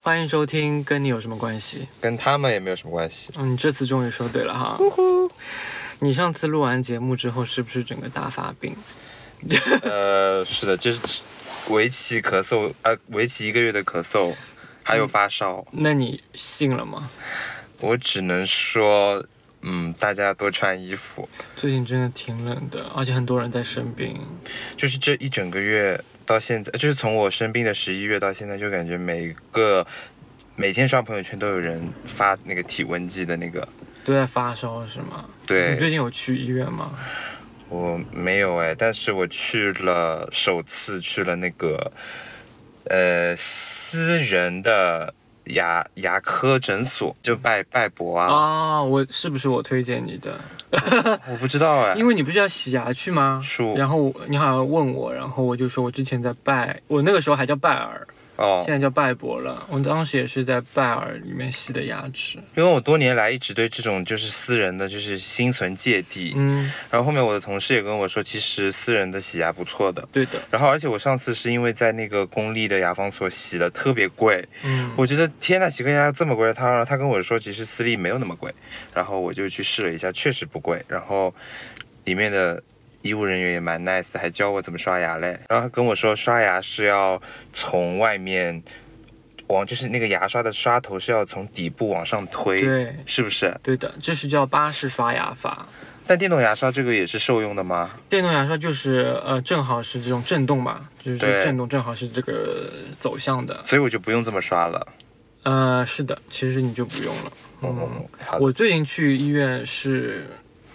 欢迎收听，跟你有什么关系？跟他们也没有什么关系。 嗯，你这次终于说对了哈。你上次录完节目之后，是不是整个大发病？呃，是的，这是为期咳嗽，呃，为期一个月的咳嗽，还嗯有发烧。那你信了吗？我只能说，嗯，大家多穿衣服。最近真的挺冷的，而且很多人在生病。就是这一整个月到现在，就是从我生病的十一月到现在，就感觉每个每天刷朋友圈都有人发那个体温计的那个。都在发烧是吗？对你最近有去医院吗？我没有哎，但是我去了，首次去了那个，呃，私人的牙牙科诊所，就拜拜博啊，啊，我是不是我推荐你的？我不知道哎，因为你不是要洗牙去吗？是我然后我你好像问我，然后我就说我之前在拜，我那个时候还叫拜耳，哦现，在叫拜博了。我当时也是在拜耳里面洗的牙齿。因为我多年来一直对这种就是私人的，就是心存芥蒂，嗯，然后后面我的同事也跟我说，其实私人的洗牙不错的。对的。然后，而且我上次是因为在那个公立的牙防所洗的特别贵，嗯，我觉得天呐，洗个牙这么贵，他他跟我说其实私立没有那么贵，然后我就去试了一下，确实不贵，然后里面的医务人员也蛮 nice，的还教我怎么刷牙嘞，然后他跟我说刷牙是要从外面往，就是那个牙刷的刷头是要从底部往上推，对是不是？对的，这是叫巴氏刷牙法。但电动牙刷这个也是受用的吗？电动牙刷就是呃，正好是这种震动嘛，就是对震动正好是这个走向的。所以我就不用这么刷了。呃，是的，其实你就不用了。嗯，好的，我最近去医院是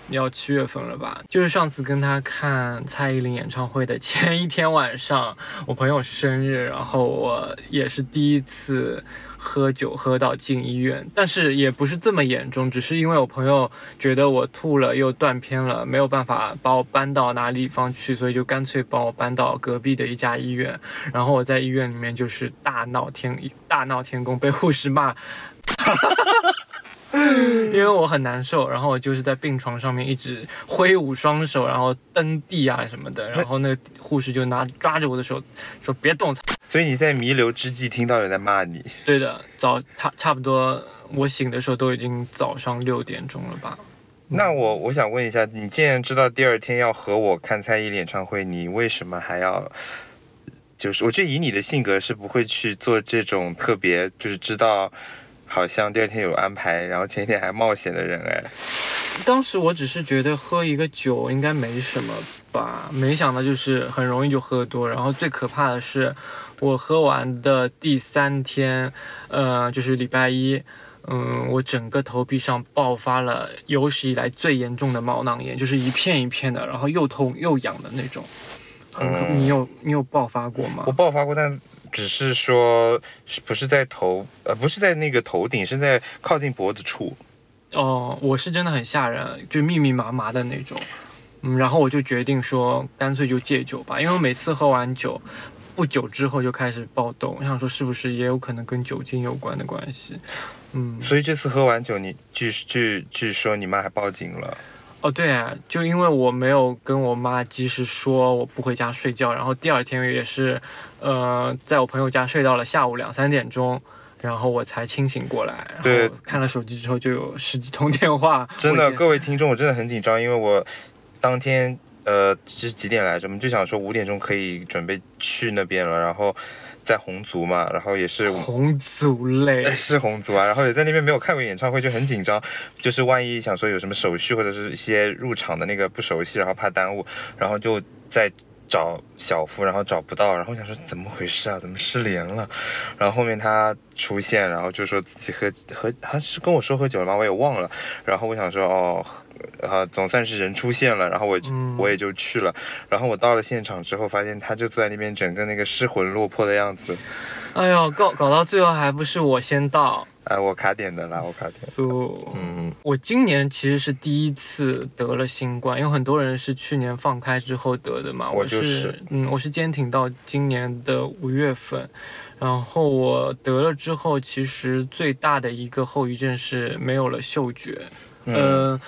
要七月份了吧？就是上次跟他看蔡依林演唱会的前一天晚上， 我朋友生日，然后我也是第一次喝酒喝到进医院，但是也不是这么严重，只是因为我朋友觉得我吐了又断片了，没有办法把我搬到哪里地方去，所以就干脆把我搬到隔壁的一家医院，然后我在医院里面就是大闹天大闹天宫，被护士骂。因为我很难受，然后我就是在病床上面一直挥舞双手，然后蹬地啊什么的，然后那个护士就拿抓着我的手说别动，所以你在弥留之际听到有人在骂你，对的，早差差不多我醒的时候都已经早上六点钟了吧，嗯那我我想问一下，你既然知道第二天要和我看蔡依林演唱会，你为什么还要？就是我觉得以你的性格是不会去做这种特别，就是知道好像第二天有安排，然后前一天还冒险的人哎。当时我只是觉得喝一个酒应该没什么吧，没想到就是很容易就喝多。然后最可怕的是，我喝完的第三天，呃，就是礼拜一，嗯，我整个头皮上爆发了有史以来最严重的毛囊炎，就是一片一片的，然后又痛又痒的那种。很可，嗯你有你有爆发过吗我？爆发过，但只是说是不是在头呃不是在那个头顶，是在靠近脖子处。哦，我是真的很吓人，就密密麻麻的那种。嗯，然后我就决定说，干脆就戒酒吧，因为我每次喝完酒，不久之后就开始暴动，我想说是不是也有可能跟酒精有关的关系？嗯，所以这次喝完酒，你据据据说你妈还报警了。哦对、啊，就因为我没有跟我妈及时说我不回家睡觉，然后第二天也是，呃，在我朋友家睡到了下午两三点钟。然后我才清醒过来，然对后看了手机之后就有十几通电话，真我已的，经各位听众，我真的很紧张，因为我当天呃是几点来着？我们就想说五点钟可以准备去那边了，然后在红族嘛，然后 也是。红族类， 是红族啊，然后也在那边没有看过演唱会，就很紧张，就是万一想说有什么手续或者是一些入场的那个不熟悉，然后怕耽误，然后就在找小夫，然后找不到，然后想说怎么回事啊，怎么失联了？然后后面他出现，然后就说自己喝喝，他是跟我说喝酒了吗？我也忘了。然后我想说哦，啊，总算是人出现了，然后我就、嗯我也就去了。然后我到了现场之后，发现他就坐在那边，整个那个失魂落魄的样子。哎呦，搞搞到最后还不是我先到，哎，我卡点的啦，我卡点。苏、嗯，我今年其实是第一次得了新冠，因为很多人是去年放开之后得的嘛。我我就是嗯，我是坚挺到今年的五月份，然后我得了之后，其实最大的一个后遗症是没有了嗅觉。嗯呃，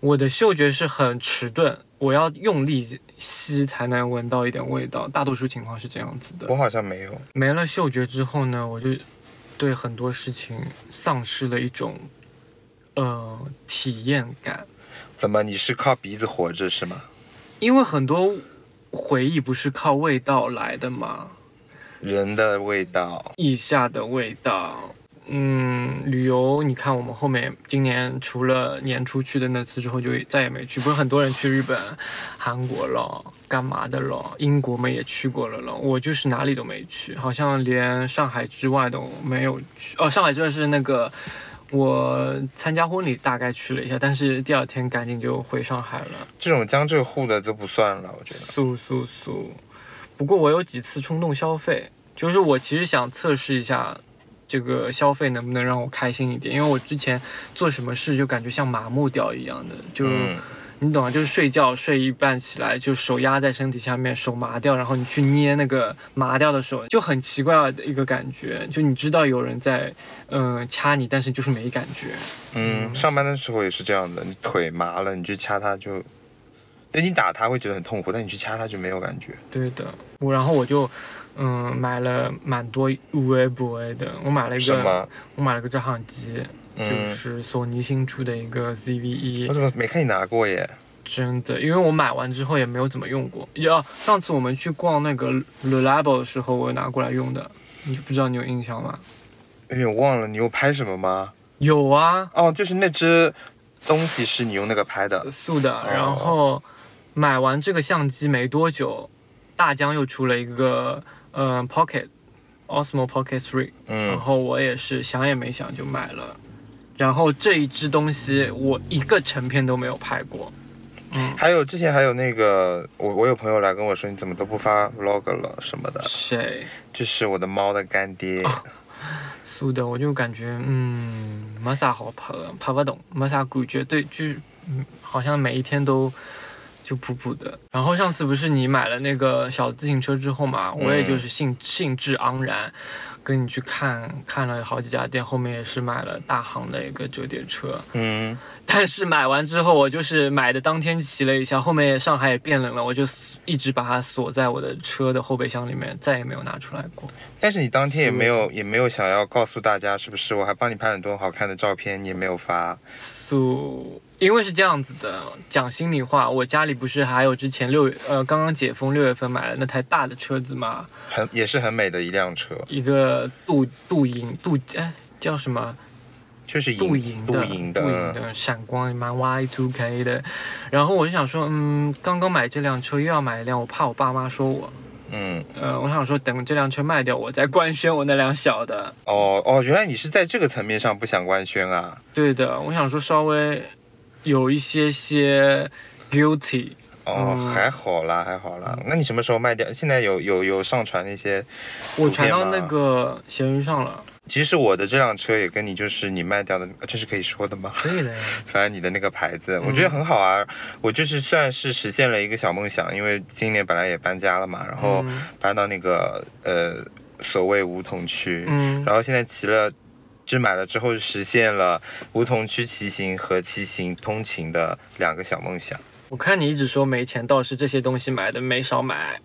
我的嗅觉是很迟钝，我要用力吸才能闻到一点味道，大多数情况是这样子的。我好像没有。没了嗅觉之后呢，我就对很多事情丧失了一种呃体验感，怎么你是靠鼻子活着是吗？因为很多回忆不是靠味道来的嘛，人的味道，腋下的味道。嗯，旅游，你看我们后面今年除了年初去的那次之后，就再也没去。不是很多人去日本、韩国了，干嘛的了？英国我们也去过了了，我就是哪里都没去，好像连上海之外都没有去。哦，上海之外是那个我参加婚礼大概去了一下，但是第二天赶紧就回上海了。这种江浙沪的都不算了，我觉得。速速速！不过我有几次冲动消费，就是我其实想测试一下这个消费能不能让我开心一点，因为我之前做什么事就感觉像麻木掉一样的，就、嗯，你懂啊，就是睡觉睡一半起来就手压在身体下面，手麻掉，然后你去捏那个麻掉的手，就很奇怪的一个感觉，就你知道有人在嗯、呃掐你，但是就是没感觉。嗯，上班的时候也是这样的，你腿麻了，你去掐它就，对你打它会觉得很痛苦，但你去掐它就没有感觉。对的，我然后我就嗯买了蛮多无为不为的，我买了一什个。么？我买了个照相机，就嗯，是索尼新出的一个 ZV-E，、我怎么没看你拿过耶？真的，因为我买完之后也没有怎么用过。要上次我们去逛那个 Le Labo 的时候，我拿过来用的，你不知道你有印象吗？有点哎忘了，你有拍什么吗？有啊，哦，就是那只东西是你用那个拍的。素的。然后买完这个相机没多久，大疆又出了一个嗯、呃 Pocket Osmo Pocket Three，然嗯，后我也是想也没想就买了。然后这一支东西我一个成片都没有拍过，还有之前还有那个，我我有朋友来跟我说，你怎么都不发 vlog 了什么的，谁？就是我的猫的干爹。素的，我就感觉嗯，没啥好拍的，拍不动，没啥感觉。对，就是嗯，好像每一天都就普普的。然后上次不是你买了那个小自行车之后嘛，我也就是兴兴致盎然，跟你去看看了好几家店，后面也是买了大行的一个折叠车。嗯，但是买完之后，我就是买的当天骑了一下，后面上海也变冷了，我就一直把它锁在我的车的后备箱里面，再也没有拿出来过。但是你当天也没有也没有想要告诉大家是不是？我还帮你拍很多好看的照片，你也没有发。就因为是这样子的，讲心里话，我家里不是还有之前六月呃刚刚解封六月份买的那台大的车子嘛，很也是很美的一辆车，一个镀镀银镀哎叫什么就是镀银的镀银的，嗯的闪光蛮 Y two K 的，然后我就想说，嗯，刚刚买这辆车又要买一辆，我怕我爸妈说我，嗯，呃，我想说等这辆车卖掉，我再官宣我那辆小的。哦哦，原来你是在这个层面上不想官宣啊？对的，我想说稍微有一些些 guilty，哦，嗯还好啦，还好啦。那你什么时候卖掉？现在有有有上传那些？我传到图那片吗个闲鱼上了。其实我的这辆车也跟你就是你卖掉的，呃这是可以说的吗？可以的呀。反正你的那个牌子，我嗯觉得很好啊。我就是算是实现了一个小梦想，因为今年本来也搬家了嘛，然后嗯搬到那个呃所谓梧桐区，嗯，然后现在骑了，就买了之后实现了梧桐区骑行和骑行通勤的两个小梦想。我看你一直说没钱，倒是这些东西买的没少买。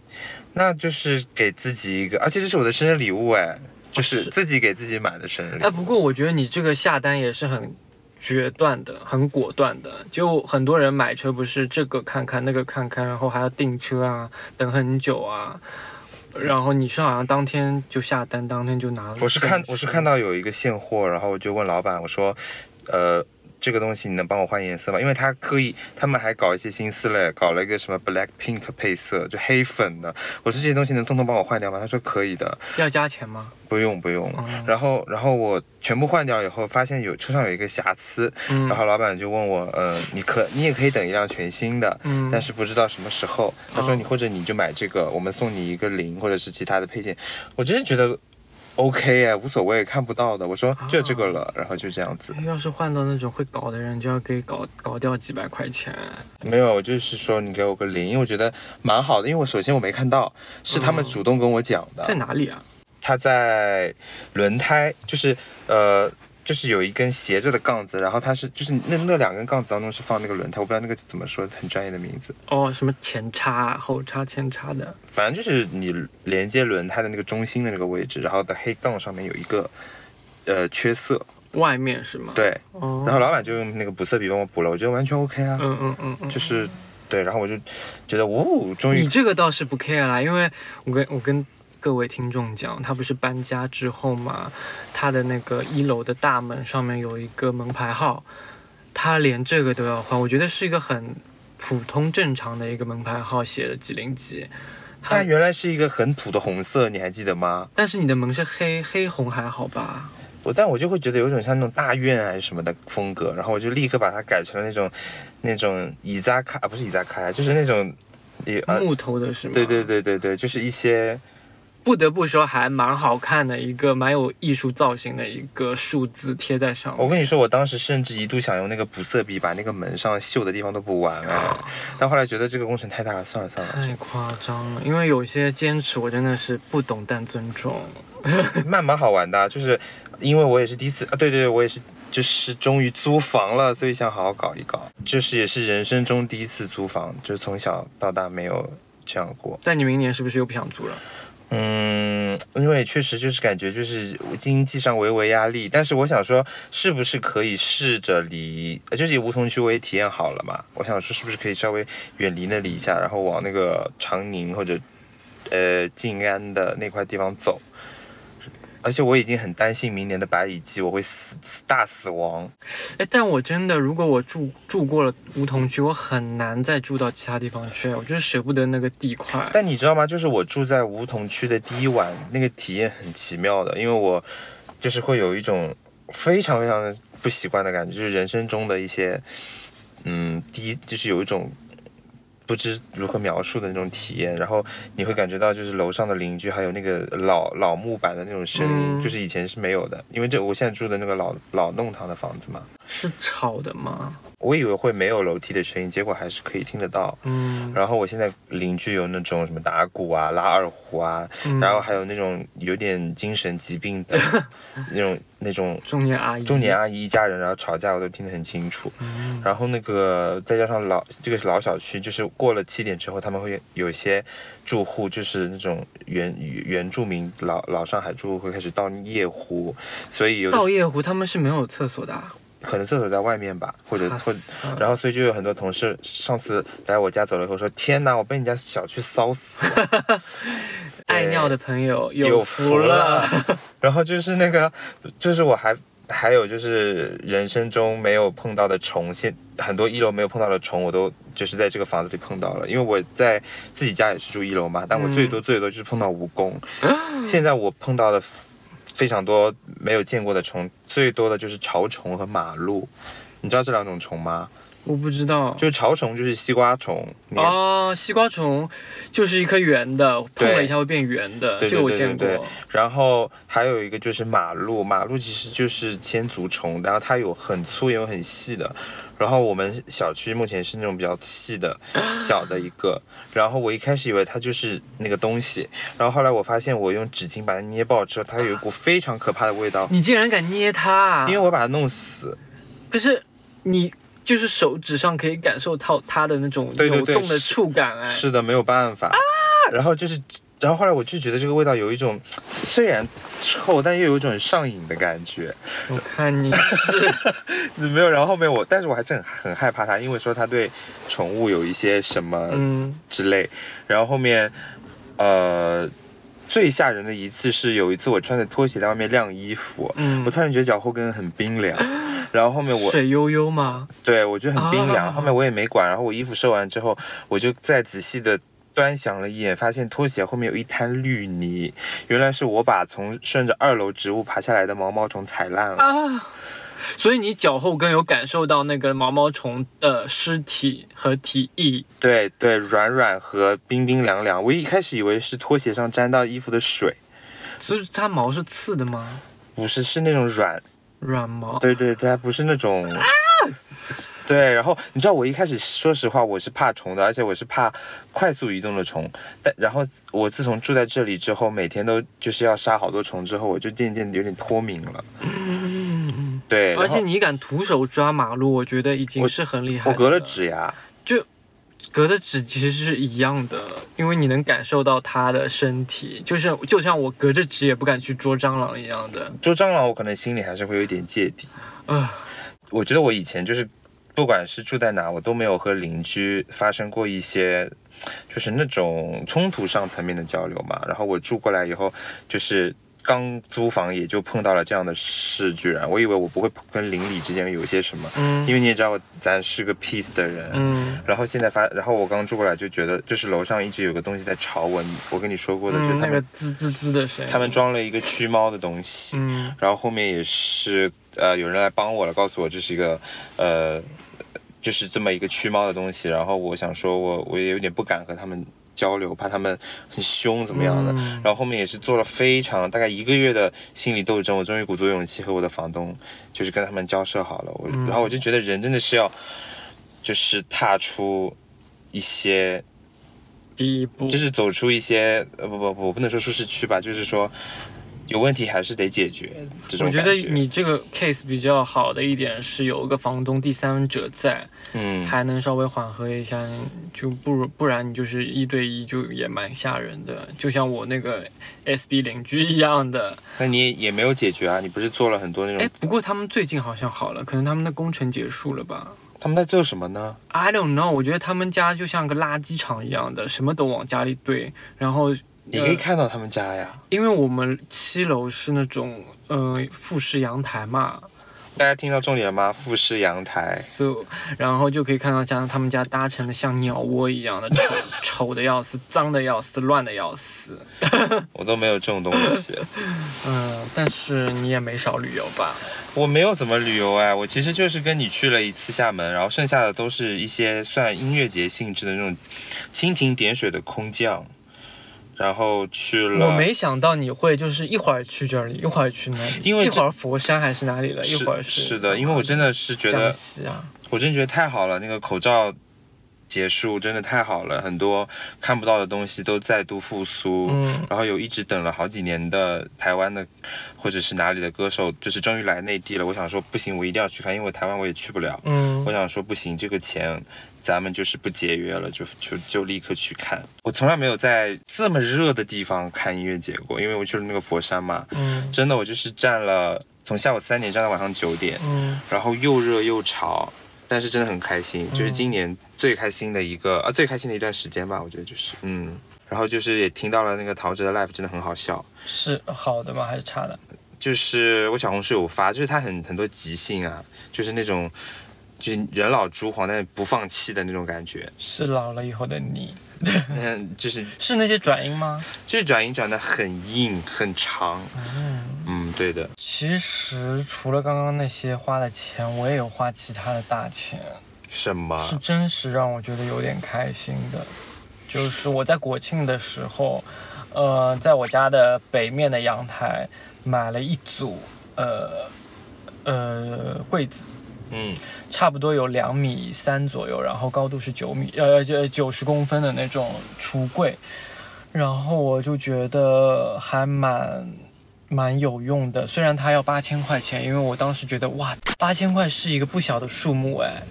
那就是给自己一个，而且这是我的生日礼物哎，就是哦是自己给自己买的生日礼哎，物。不过我觉得你这个下单也是很决断的，很果断的。就很多人买车不是这个看看那个看看，然后还要订车啊，等很久啊。然后你是好像当天就下单，当天就拿了。我是看我是看到有一个现货，然后我就问老板我说，呃。这个东西你能帮我换颜色吗？因为他刻意，他们还搞一些心思嘞，搞了一个什么 black pink 配色，就黑粉的。我说这些东西能通通帮我换掉吗？他说可以的，要加钱吗？不用不用。嗯然后，然后我全部换掉以后，发现有车上有一个瑕疵，嗯然后老板就问我，呃，你可你也可以等一辆全新的，嗯，但是不知道什么时候。他说哦你或者你就买这个，我们送你一个零或者是其他的配件。我真是觉得 OK 哎，无所谓，看不到的。我说哦就这个了，然后就这样子。要是换到那种会搞的人，就要给搞搞掉几百块钱。没有，我就是说你给我个零，因为我觉得蛮好的，因为我首先我没看到，是他们嗯主动跟我讲的。在哪里啊？它在轮胎，就是呃，就是有一根斜着的杠子，然后它是就是那那两根杠子当中是放那个轮胎，我不知道那个怎么说，很专业的名字。哦，什么前叉、后叉、前叉的。反正就是你连接轮胎的那个中心的那个位置，然后的黑杠上面有一个呃缺色，外面是吗？，对，哦，然后老板就用那个补色笔帮我补了，我觉得完全 OK 啊，嗯嗯嗯嗯，就是对，然后我就觉得哦，终于你这个倒是不 care 啦，因为我跟我跟各位听众讲，他不是搬家之后嘛，他的那个一楼的大门上面有一个门牌号，他连这个都要换，我觉得是一个很普通正常的一个门牌号写的几零几，它原来是一个很土的红色，你还记得吗？但是你的门是黑黑红还好吧？我但我就会觉得有种像那种大院还是什么的风格，然后我就立刻把它改成了那种那种伊扎卡，啊不是伊扎卡呀，就是那种也啊，木头的是吗？对对对对对，就是一些不得不说还蛮好看的一个蛮有艺术造型的一个数字贴在上我面。跟你说，我当时甚至一度想用那个补色笔把那个门上锈的地方都补完了，但后来觉得这个工程太大了，算了算了，太夸张了，因为有些坚持我真的是不懂但尊重。那蛮好玩的啊，就是因为我也是第一次啊，对对对，我也是，就是终于租房了，所以想好好搞一搞，就是也是人生中第一次租房，就是从小到大没有这样过。但你明年是不是又不想租了？嗯，因为确实就是感觉就是经济上微微压力，但是我想说，是不是可以试着离，呃就是梧桐区我也体验好了嘛，我想说是不是可以稍微远离那里一下，然后往那个长宁或者呃静安的那块地方走。而且我已经很担心明年的白蚁季我会死死大死亡，哎，但我真的，如果我住住过了梧桐区，我很难再住到其他地方去，我就是舍不得那个地块。但你知道吗？就是我住在梧桐区的第一晚，那个体验很奇妙的，因为我就是会有一种非常非常的不习惯的感觉，就是人生中的一些，嗯，第一就是有一种不知如何描述的那种体验，然后你会感觉到就是楼上的邻居还有那个老老木板的那种声音，嗯就是以前是没有的，因为这我现在住的那个老老弄堂的房子嘛，是吵的吗？我以为会没有楼梯的声音，结果还是可以听得到。嗯，然后我现在邻居有那种什么打鼓啊、拉二胡啊，嗯然后还有那种有点精神疾病 的那种那种中年阿姨，中年阿姨一家人，然后吵架我都听得很清楚。嗯，然后那个再加上老这个是老小区，就是过了七点之后，他们会有一些住户就是那种原原住民老老上海住户会开始倒夜壶，所以有的时稻叶湖他们是没有厕所的啊、候可能厕所在外面吧，或者哈或萨然后所以呃就有很多同事上次来我家走了以后说：“天哪，我被人家小区骚死了，爱尿的朋友有福福了。” 然后就是那个，就是我还还有就是人生中没有碰到的虫，现很多一楼没有碰到的虫，我都就是在这个房子里碰到了。因为我在自己家也是住一楼嘛，但我最多最多就是碰到蜈 蚣。现在我碰到的非常多没有见过的虫，最多的就是潮虫和马路。你知道这两种虫吗？我不知道，就是潮虫，就是西瓜虫，你也哦，西瓜虫就是一颗圆的，碰对了一下会变圆的，对这个我对见对过对。对然后还有一个就是马路，马路其实就是千足虫，然后它有很粗也有很细的。然后我们小区目前是那种比较 细的、小的一个。然后我一开始以为它就是那个东西，然后后来我发现我用纸巾把它捏爆之后，它有一股非常可怕的味道，你竟然敢捏它啊、因为我把它弄死。可是你就是手指上可以感受到它的那种对对扭对动的是触感哎。是的，没有办法。然后就是，然后后来我就觉得这个味道有一种虽然臭，但又有一种上瘾的感觉。我看 你是没有，然后后面我，但是我还是很很害怕它，因为说它对宠物有一些什么嗯之类。然后后面，呃，最吓人的一次是有一次我穿着拖鞋在外面晾衣服，嗯我，突然觉得脚后跟很冰凉，然后后面我水悠悠吗？对我觉得很冰凉，啊后面我也没管。然后我衣服收完之后，我就再仔细的端详了一眼，发现拖鞋后面有一滩绿泥，原来是我把从顺着二楼植物爬下来的毛毛虫踩烂了。啊，所以你脚后跟有感受到那个毛毛虫的尸体和体液，对对，软软和冰冰凉凉。我一开始以为是拖鞋上沾到衣服的水，所以它毛是刺的吗？不是，是那种软。软毛。对对对，它不是那种。啊 对，然后你知道我一开始说实话我是怕虫的，而且我是怕快速移动的虫。但然后我自从住在这里之后，每天都就是要杀好多虫，之后我就渐渐地有点脱敏了。嗯，对，而然且后你敢徒手抓马路，我觉得已经我是很厉害我的。隔了指牙，隔的纸其实是一样的，因为你能感受到他的身体，就是就像我隔着纸也不敢去捉蟑螂一样的。捉蟑螂，我可能心里还是会有一点芥蒂。呃，我觉得我以前就是，不管是住在哪，我都没有和邻居发生过一些，就是那种冲突上层面的交流嘛。然后我住过来以后，就是刚租房也就碰到了这样的事，居然我以为我不会跟邻里之间有一些什么，嗯因为你也知道我咱是个 peace 的人，嗯，然后现在发，然后我刚住过来就觉得，就是楼上一直有个东西在吵我，你我跟你说过的，就是嗯他那们、个滋滋滋的声音。他们装了一个驱猫的东西，嗯然后后面也是呃有人来帮我了，告诉我这是一个呃就是这么一个驱猫的东西，然后我想说我我也有点不敢和他们交流，怕他们很凶怎么样的，嗯然后后面也是做了非常大概一个月的心理斗争，我终于鼓足勇气和我的房东就是跟他们交涉好了。我、嗯然后我就觉得人真的是要就是踏出一些，第一步就是走出一些呃不不不，我不能说舒适区吧，就是说有问题还是得解决这种我感觉得你这个 case 比较好的一点是有一个房东第三者在，嗯还能稍微缓和一下，就不如不然你就是一对一就也蛮吓人的，就像我那个 SB 邻居一样的。那你也也没有解决啊，你不是做了很多那哎种，，不过他们最近好像好了，可能他们的工程结束了吧。他们在做什么呢？ I don't know，我觉得他们家就像个垃圾场一样的，什么都往家里堆。然后，你可以看到他们家呀，因为我们七楼是那种呃复式阳台嘛，大家听到重点吗？复式阳台， so, 然后就可以看到家他们家搭成的像鸟窝一样的丑，丑的要死，脏的要死，乱的要死。我都没有这种东西。嗯，但是你也没少旅游吧？我没有怎么旅游哎，我其实就是跟你去了一次厦门，然后剩下的都是一些算音乐节性质的那种蜻蜓点水的空降，然后去了。我没想到你会就是一会儿去这里，一会儿去那里，因为一这会儿佛山还是哪里了，一是会儿是的，因为我真的是觉江得，西啊，我真觉得太好了，那个口罩结束真的太好了，很多看不到的东西都再度复苏。嗯然后有一直等了好几年的台湾的或者是哪里的歌手，就是终于来内地了。我想说不行，我一定要去看，因为我台湾我也去不了。嗯我，想说不行，这个钱咱们就是不节约了，就就就立刻去看。我从来没有在这么热的地方看音乐节过，因为我去了那个佛山嘛，嗯真的我就是站了从下午三点站到晚上九点，嗯然后又热又潮，但是真的很开心，就是今年最开心的一个啊最开心的一段时间吧，我觉得就是嗯，然后就是也听到了那个陶喆的 live，真的很好笑。是好的吗？还是差的？就是我小红书有发，就是他很很多即兴啊，就是那种就是人老珠黄但是不放弃的那种感觉， 是老了以后的你，嗯，就是是那些转音吗？就是转音转的很硬很长，嗯，对的，其实除了刚刚那些花的钱，我也有花其他的大钱，什么？是真实让我觉得有点开心的。就是我在国庆的时候，呃，在我家的北面的阳台买了一组，呃，呃，柜子，嗯差不多有两米三左右，然后高度是九米，呃，就九十公分的那种橱柜，然后我就觉得还蛮蛮有用的。虽然它要八千块钱，因为我当时觉得哇，八千块是一个不小的数目哎，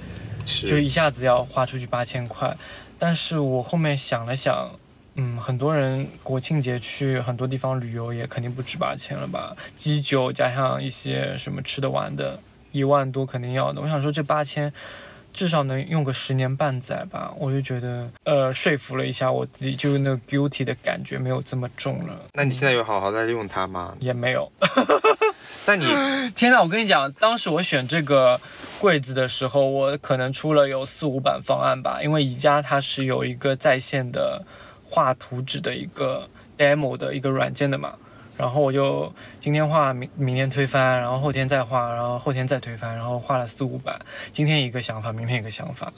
就是一下子要花出去八千块。但是我后面想了想，嗯，很多人国庆节去很多地方旅游也肯定不止八千了吧？鸡酒加上一些什么吃的玩的，一万多肯定要的。我想说这八千。至少能用个十年半载吧，我就觉得，呃，说服了一下我自己，就是那个 guilty 的感觉没有这么重了，那你现在有好好在用它吗？也没有。那你天呐，我跟你讲，当时我选这个柜子的时候，我可能出了有四五版方案吧，因为宜家它是有一个在线的画图纸的一个 demo 的一个软件的嘛。然后我就今天画，明明天推翻，然后后天再画，然后后天再推翻，然后画了四五版，今天一个想法，明天一个想法，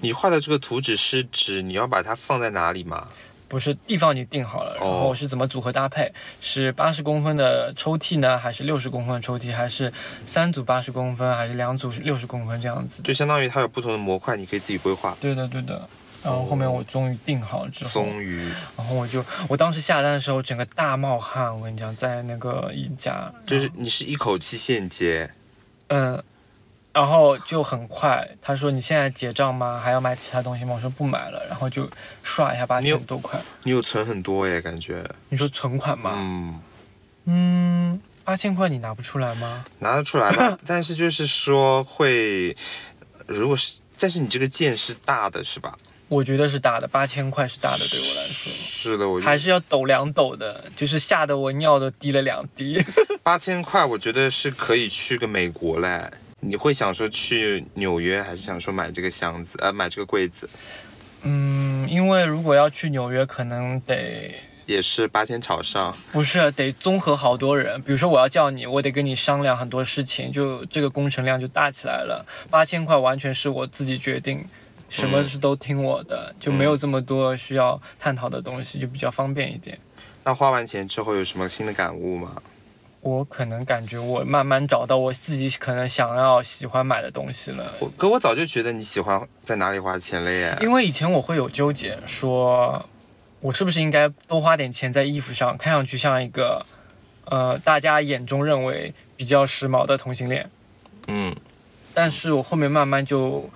你画的这个图纸是指你要把它放在哪里吗？不是地方已经定好了，然后我是怎么组合搭配？是八十公分的抽屉呢，还是六十公分的抽屉，还是三组八十公分，还是两组六十公分这样子？就相当于它有不同的模块，你可以自己规划。对的，对的。然后后面我终于定好了之后，终于，然后我就，我当时下单的时候整个大冒汗，我跟你讲，在那个宜家，就是你是一口气现接，嗯，然后就很快，他说你现在结账吗？还要买其他东西吗？我说不买了，然后就刷一下八你有千多块。你有存很多耶，感觉，你说存款吗？嗯，嗯，八千块你拿不出来吗？拿得出来 吧，但是就是说会，如果是，但是你这个键是大的，是吧？我觉得是大的，八千块是大的，对我来说。是的，我觉还得是要抖两抖的，就是吓得我尿都滴了两滴。八千块，我觉得是可以去个美国嘞。你会想说去纽约，还是想说买这个箱子，呃，买这个柜子，嗯，因为如果要去纽约，可能得也是八千朝上。不是得综合好多人，比如说我要叫你，我得跟你商量很多事情，就这个工程量就大起来了。八千块完全是我自己决定，什么事都听我的，就没有这么多需要探讨的东西，就比较方便一点。那花完钱之后有什么新的感悟吗？我可能感觉我慢慢找到我自己可能想要喜欢买的东西了，我哥，我早就觉得你喜欢在哪里花钱了耶。因为以前我会有纠结，说我是不是应该多花点钱在衣服上，看上去像一个呃大家眼中认为比较时髦的同性恋。嗯，但是我后面慢慢就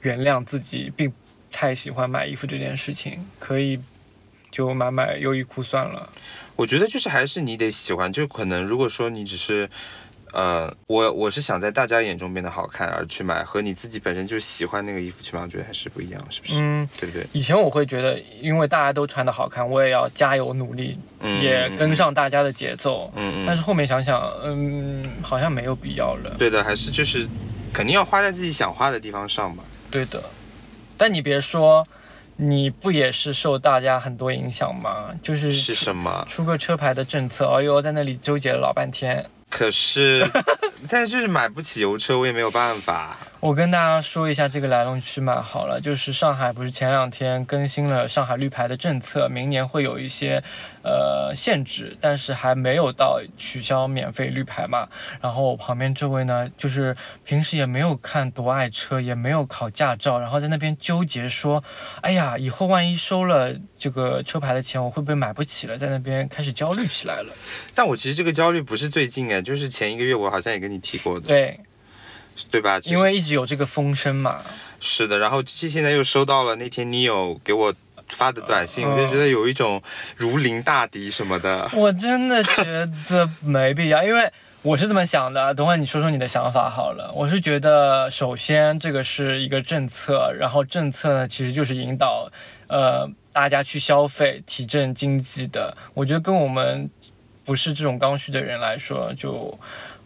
原谅自己，并不太喜欢买衣服这件事情，可以就买买优衣库算了。我觉得就是还是你得喜欢，就可能如果说你只是，呃，我我是想在大家眼中变得好看而去买，和你自己本身就喜欢那个衣服去买，我觉得还是不一样，是不是？嗯，对不对？以前我会觉得，因为大家都穿的好看，我也要加油努力，嗯也跟。上大家的节奏。嗯嗯但嗯，是后面想想，嗯，好像没有必要了。对的，还是就是肯定要花在自己想花的地方上吧。对的，但你别说，你不也是受大家很多影响吗？就是是什么？出个车牌的政策，哎呦，在那里纠结了老半天。可是，但是买不起油车，我也没有办法。我跟大家说一下这个来龙去脉好了，就是上海不是前两天更新了上海绿牌的政策，明年会有一些呃限制，但是还没有到取消免费绿牌嘛。然后我旁边这位呢，就是平时也没有看多爱车，也没有考驾照，然后在那边纠结说，哎呀，以后万一收了这个车牌的钱，我会不会买不起了？在那边开始焦虑起来了。但我其实这个焦虑不是最近哎，就是前一个月我好像也跟你提过的，对，对吧？其实因为一直有这个风声嘛。是的，然后这现在又收到了那天你有给我发的短信，嗯我就觉得有一种如临大敌什么的。 我真的觉得没必要，因为我是这么想的。等会儿你说说你的想法好了。我是觉得，首先这个是一个政策，然后政策呢其实就是引导，呃，大家去消费，提振经济的。我觉得跟我们不是这种刚需的人来说，就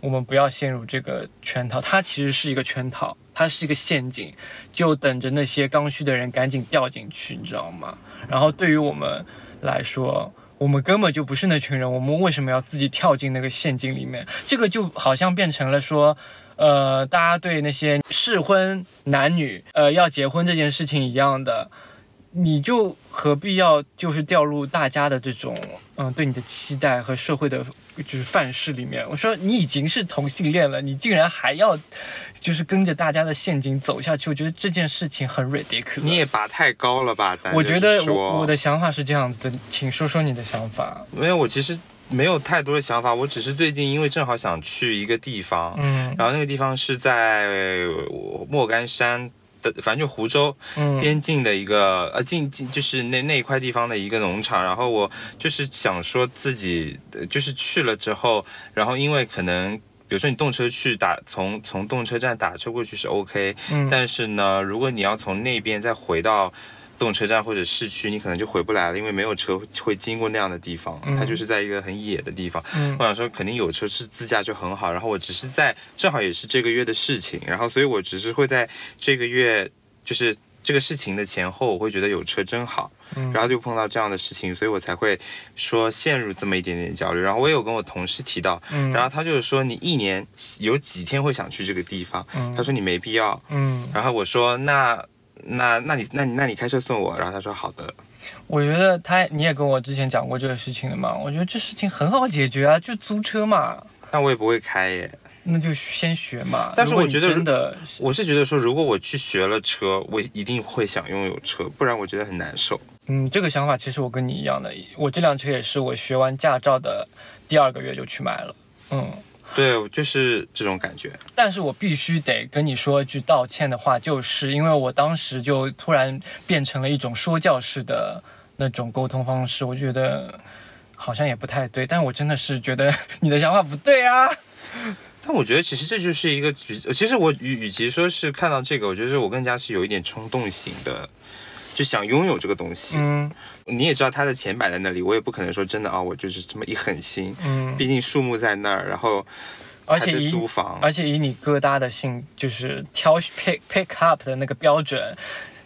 我们不要陷入这个圈套。它其实是一个圈套，它是一个陷阱，就等着那些刚需的人赶紧掉进去，你知道吗？然后对于我们来说，我们根本就不是那群人，我们为什么要自己跳进那个陷阱里面？这个就好像变成了说，呃，大家对那些适婚男女，呃，要结婚这件事情一样的，你就何必要就是掉入大家的这种，嗯、对你的期待和社会的就是范式里面？我说你已经是同性恋了，你竟然还要就是跟着大家的陷阱走下去，我觉得这件事情很 ridiculous。你也拔太高了吧？咱我觉得哎就是说我我的想法是这样子的，请说说你的想法。因为我其实没有太多的想法，我只是最近因为正好想去一个地方，嗯然后那个地方是在呃莫干山的，反正就湖州嗯边境的一个呃近近就是那那一块地方的一个农场，然后我就是想说自己呃就是去了之后，然后因为可能。比如说你动车去打，从从动车站打车过去是 OK，、嗯但是呢，如果你要从那边再回到动车站或者市区，你可能就回不来了，因为没有车会经过那样的地方，它嗯就是在一个很野的地方。嗯我想说，肯定有车是自驾就很好。然后我只是在正好也是这个月的事情，然后所以我只是会在这个月就是这个事情的前后，我会觉得有车真好。嗯然后就碰到这样的事情，所以我才会说陷入这么一点点焦虑。然后我也有跟我同事提到，嗯然后他就是说你一年有几天会想去这个地方？嗯他说你没必要。嗯，然后我说那那那你那你那你开车送我。然后他说好的。我觉得他你也跟我之前讲过这个事情的嘛，我觉得这事情很好解决啊，就租车嘛，那我也不会开耶。那就先学嘛。但是如果我你觉得真的是，我是觉得说，如果我去学了车，我一定会想拥有车，不然我觉得很难受。嗯，这个想法其实我跟你一样的，我这辆车也是我学完驾照的第二个月就去买了，嗯。对，就是这种感觉。但是我必须得跟你说一句道歉的话，就是因为我当时就突然变成了一种说教式的那种沟通方式，我觉得好像也不太对，但我真的是觉得你的想法不对啊。但我觉得其实这就是一个比，其实我与与其说是看到这个，我觉得是我更加是有一点冲动型的，就想拥有这个东西。嗯你也知道它的钱摆在那里，我也不可能说真的啊、我就是这么一狠心。嗯，毕竟树木在那儿，然后而还且得以租房，而且以你疙瘩的性，就是挑 pick pick up 的那个标准，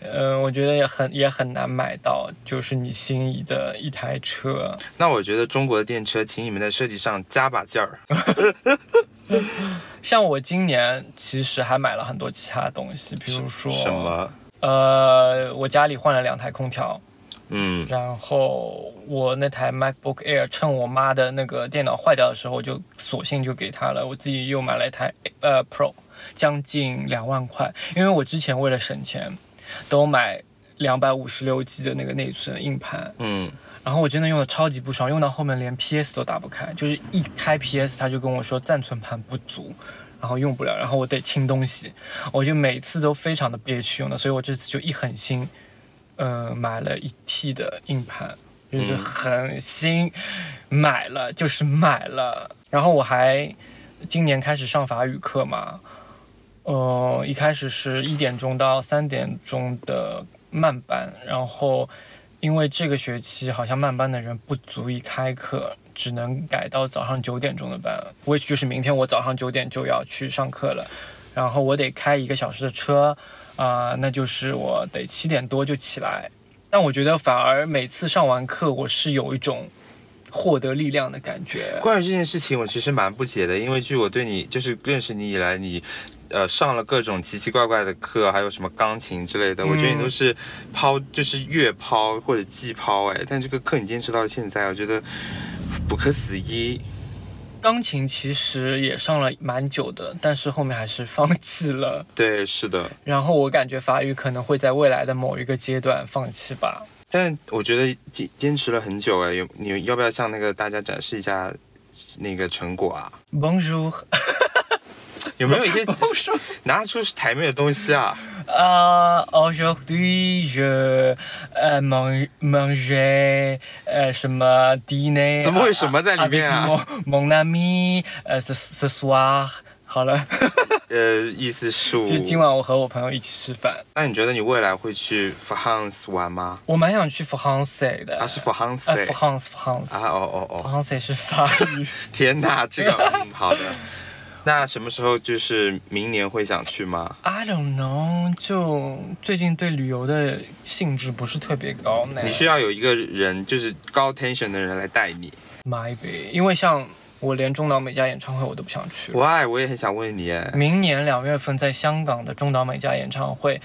呃，我觉得也很也很难买到，就是你心仪的一台车。那我觉得中国的电车，请你们在设计上加把劲儿。哦像我今年其实还买了很多其他东西，比如说什？么？呃，我家里换了两台空调，嗯，然后我那台 MacBook Air 趁我妈的那个电脑坏掉的时候，我就索性就给她了。我自己又买了一台呃 Pro，将近两万块，因为我之前为了省钱，都买两百五十六 G 的那个内存硬盘，嗯，然后我真的用的超级不爽，用到后面连 PS 都打不开，就是一开 PS 它就跟我说暂存盘不足，然后用不了，然后我得清东西，我就每次都非常的憋屈用的，所以我这次就一狠心，呃，买了一 T 的硬盘，就是嗯狠心买了，就是买了，然后我还今年开始上法语课嘛，呃，一开始是一点钟到三点钟的慢班，然后因为这个学期好像慢班的人不足以开课，只能改到早上九点钟的班，which 就是明天我早上九点就要去上课了，然后我得开一个小时的车，啊、那就是我得七点多就起来，但我觉得反而每次上完课，我是有一种获得力量的感觉。 关于这件事情，我其实蛮不解的，因为据我对你就是认识你以来，你呃上了各种奇奇怪怪的课，还有什么钢琴之类的，我觉嗯得你都是抛就是月抛或者季抛哎，但这个课你坚持到现在，我觉得不可思议。钢琴其实也上了蛮久的，但是后面还是放弃了。对，是的，然后我感觉法语可能会在未来的某一个阶段放弃吧。但我觉得坚坚持了很久哎，有你要不要向那个大家展示一下那个成果啊？ Bonjour，有没有 一些 Bonjour，拿出台面的东西啊？啊，aujourd'hui je，呃，man manger，呃，什么 dîner？怎么会有什么在里面啊 avec mon mon ami，呃，ce ce soir。好了，呃，意思是我就是今晚我和我朋友一起吃饭，那你觉得你未来会去 France 玩吗？我蛮想去 France 的。啊，是呃 France ，France，France，France 啊，哦哦哦，是法语。天哪，这个嗯好的。那什么时候就是明年会想去吗？ I don't know，就最近对旅游的兴致不是特别高呢。你需要有一个人，就是高 tension 的人来带你。 maybe，因为像我连中岛美嘉演唱会我都不想去。 Why？我也很想问你哎。明年两月份在香港的中岛美嘉演唱会，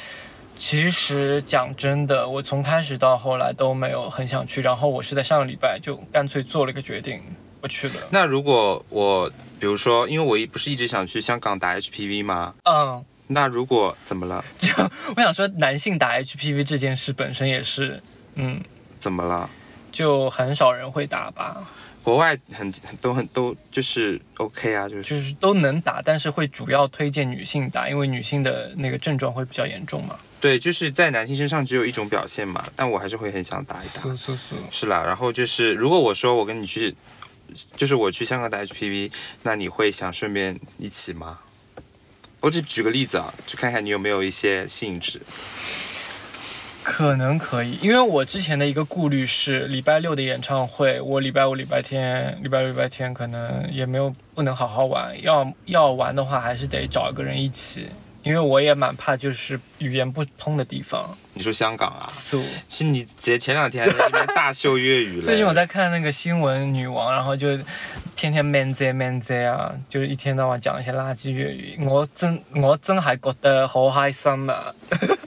其实讲真的，我从开始到后来都没有很想去，然后我是在上个礼拜就干脆做了个决定不去了。那如果我，比如说，因为我一不是一直想去香港打 HPV 吗？嗯，那如果怎么了？我想说男性打 HPV 这件事本身也是，嗯，怎么了？就很少人会打吧。国外很都很都就是 OK 啊，就是就是都能打，但是会主要推荐女性打，因为女性的那个症状会比较严重嘛。对，就是在男性身上只有一种表现嘛，但我还是会很想打一打。是是，是啦，然后就是如果我说我跟你去，就是我去香港打 HPV，那你会想顺便一起吗？我只举个例子啊，就看看你有没有一些兴致。可能可以，因为我之前的一个顾虑是，礼拜六的演唱会，我礼拜五、礼拜天、礼拜六、礼拜天可能也没有不能好好玩，要要玩的话，还是得找一个人一起，因为我也蛮怕就是语言不通的地方。你说香港啊， So, 是你姐前两天还在那边大秀粤语 了。最近我在看那个新闻女王，然后就天天 man 啫 man 啫啊，就是一天到晚讲一些垃圾粤语。我真我真还觉得好开心啊！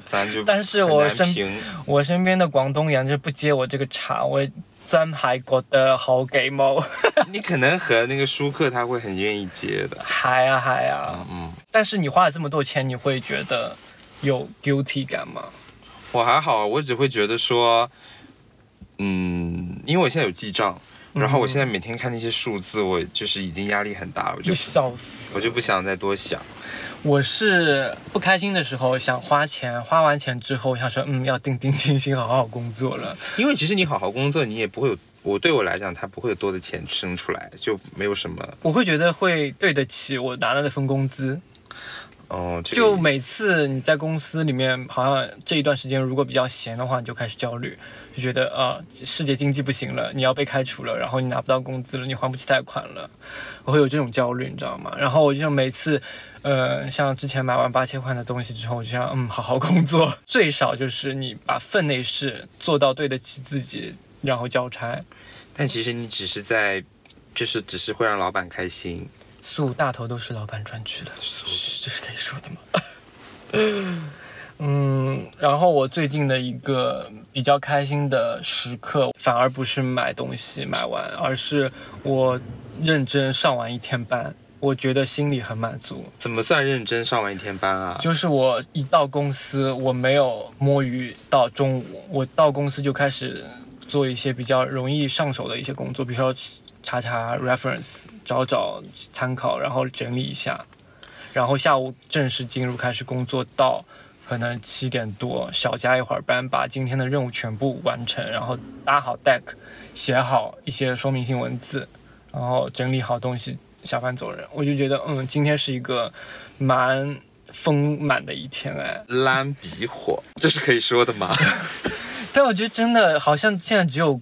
咱就但是很我难身评我身边的广东人就不接我这个茬，我真还觉得好给猫，你可能和那个舒克他会很愿意接的。嗨啊嗨啊！嗯嗯，但是你花了这么多钱，你会觉得有 guilty 感吗？啊我还好，我只会觉得说，嗯，因为我现在有记账，然后我现在每天看那些数字，我就是已经压力很大了，我就你笑死！我就不想再多想。我是不开心的时候想花钱，花完钱之后想说，嗯，要定定心心好好工作了。因为其实你好好工作，你也不会有，我对我来讲，它不会有多的钱生出来，就没有什么，我会觉得会对得起我拿到那份工资。哦，这个意就思每次你在公司里面，好像这一段时间如果比较闲的话，你就开始焦虑，就觉得啊、世界经济不行了，你要被开除了，然后你拿不到工资了，你还不起贷款了，我会有这种焦虑，你知道吗？然后我就每次，呃，像之前买完八千块的东西之后，我就想，嗯，好好工作， 最少就是你把分内事做到对得起自己，然后交差，但其实你只是在，就是只是会让老板开心。素大头都是老板赚取的，嘘这是可以说的吗？ 嗯，然后我最近的一个比较开心的时刻，反而不是买东西买完，而是我认真上完一天班，我觉得心里很满足。怎么算认真上完一天班啊？就是我一到公司，我没有摸鱼到中午，我到公司就开始做一些比较容易上手的一些工作，比如说查查 reference，找找参考，然后整理一下，然后下午正式进入开始工作到。可能七点多少加一会儿班，把今天的任务全部完成，然后搭好 deck，写好一些说明性文字，然后整理好东西，下班走人。我就觉得，嗯，今天是一个蛮丰满的一天哎。懒比火， 这是可以说的 吗？但我觉得真的好像现在只有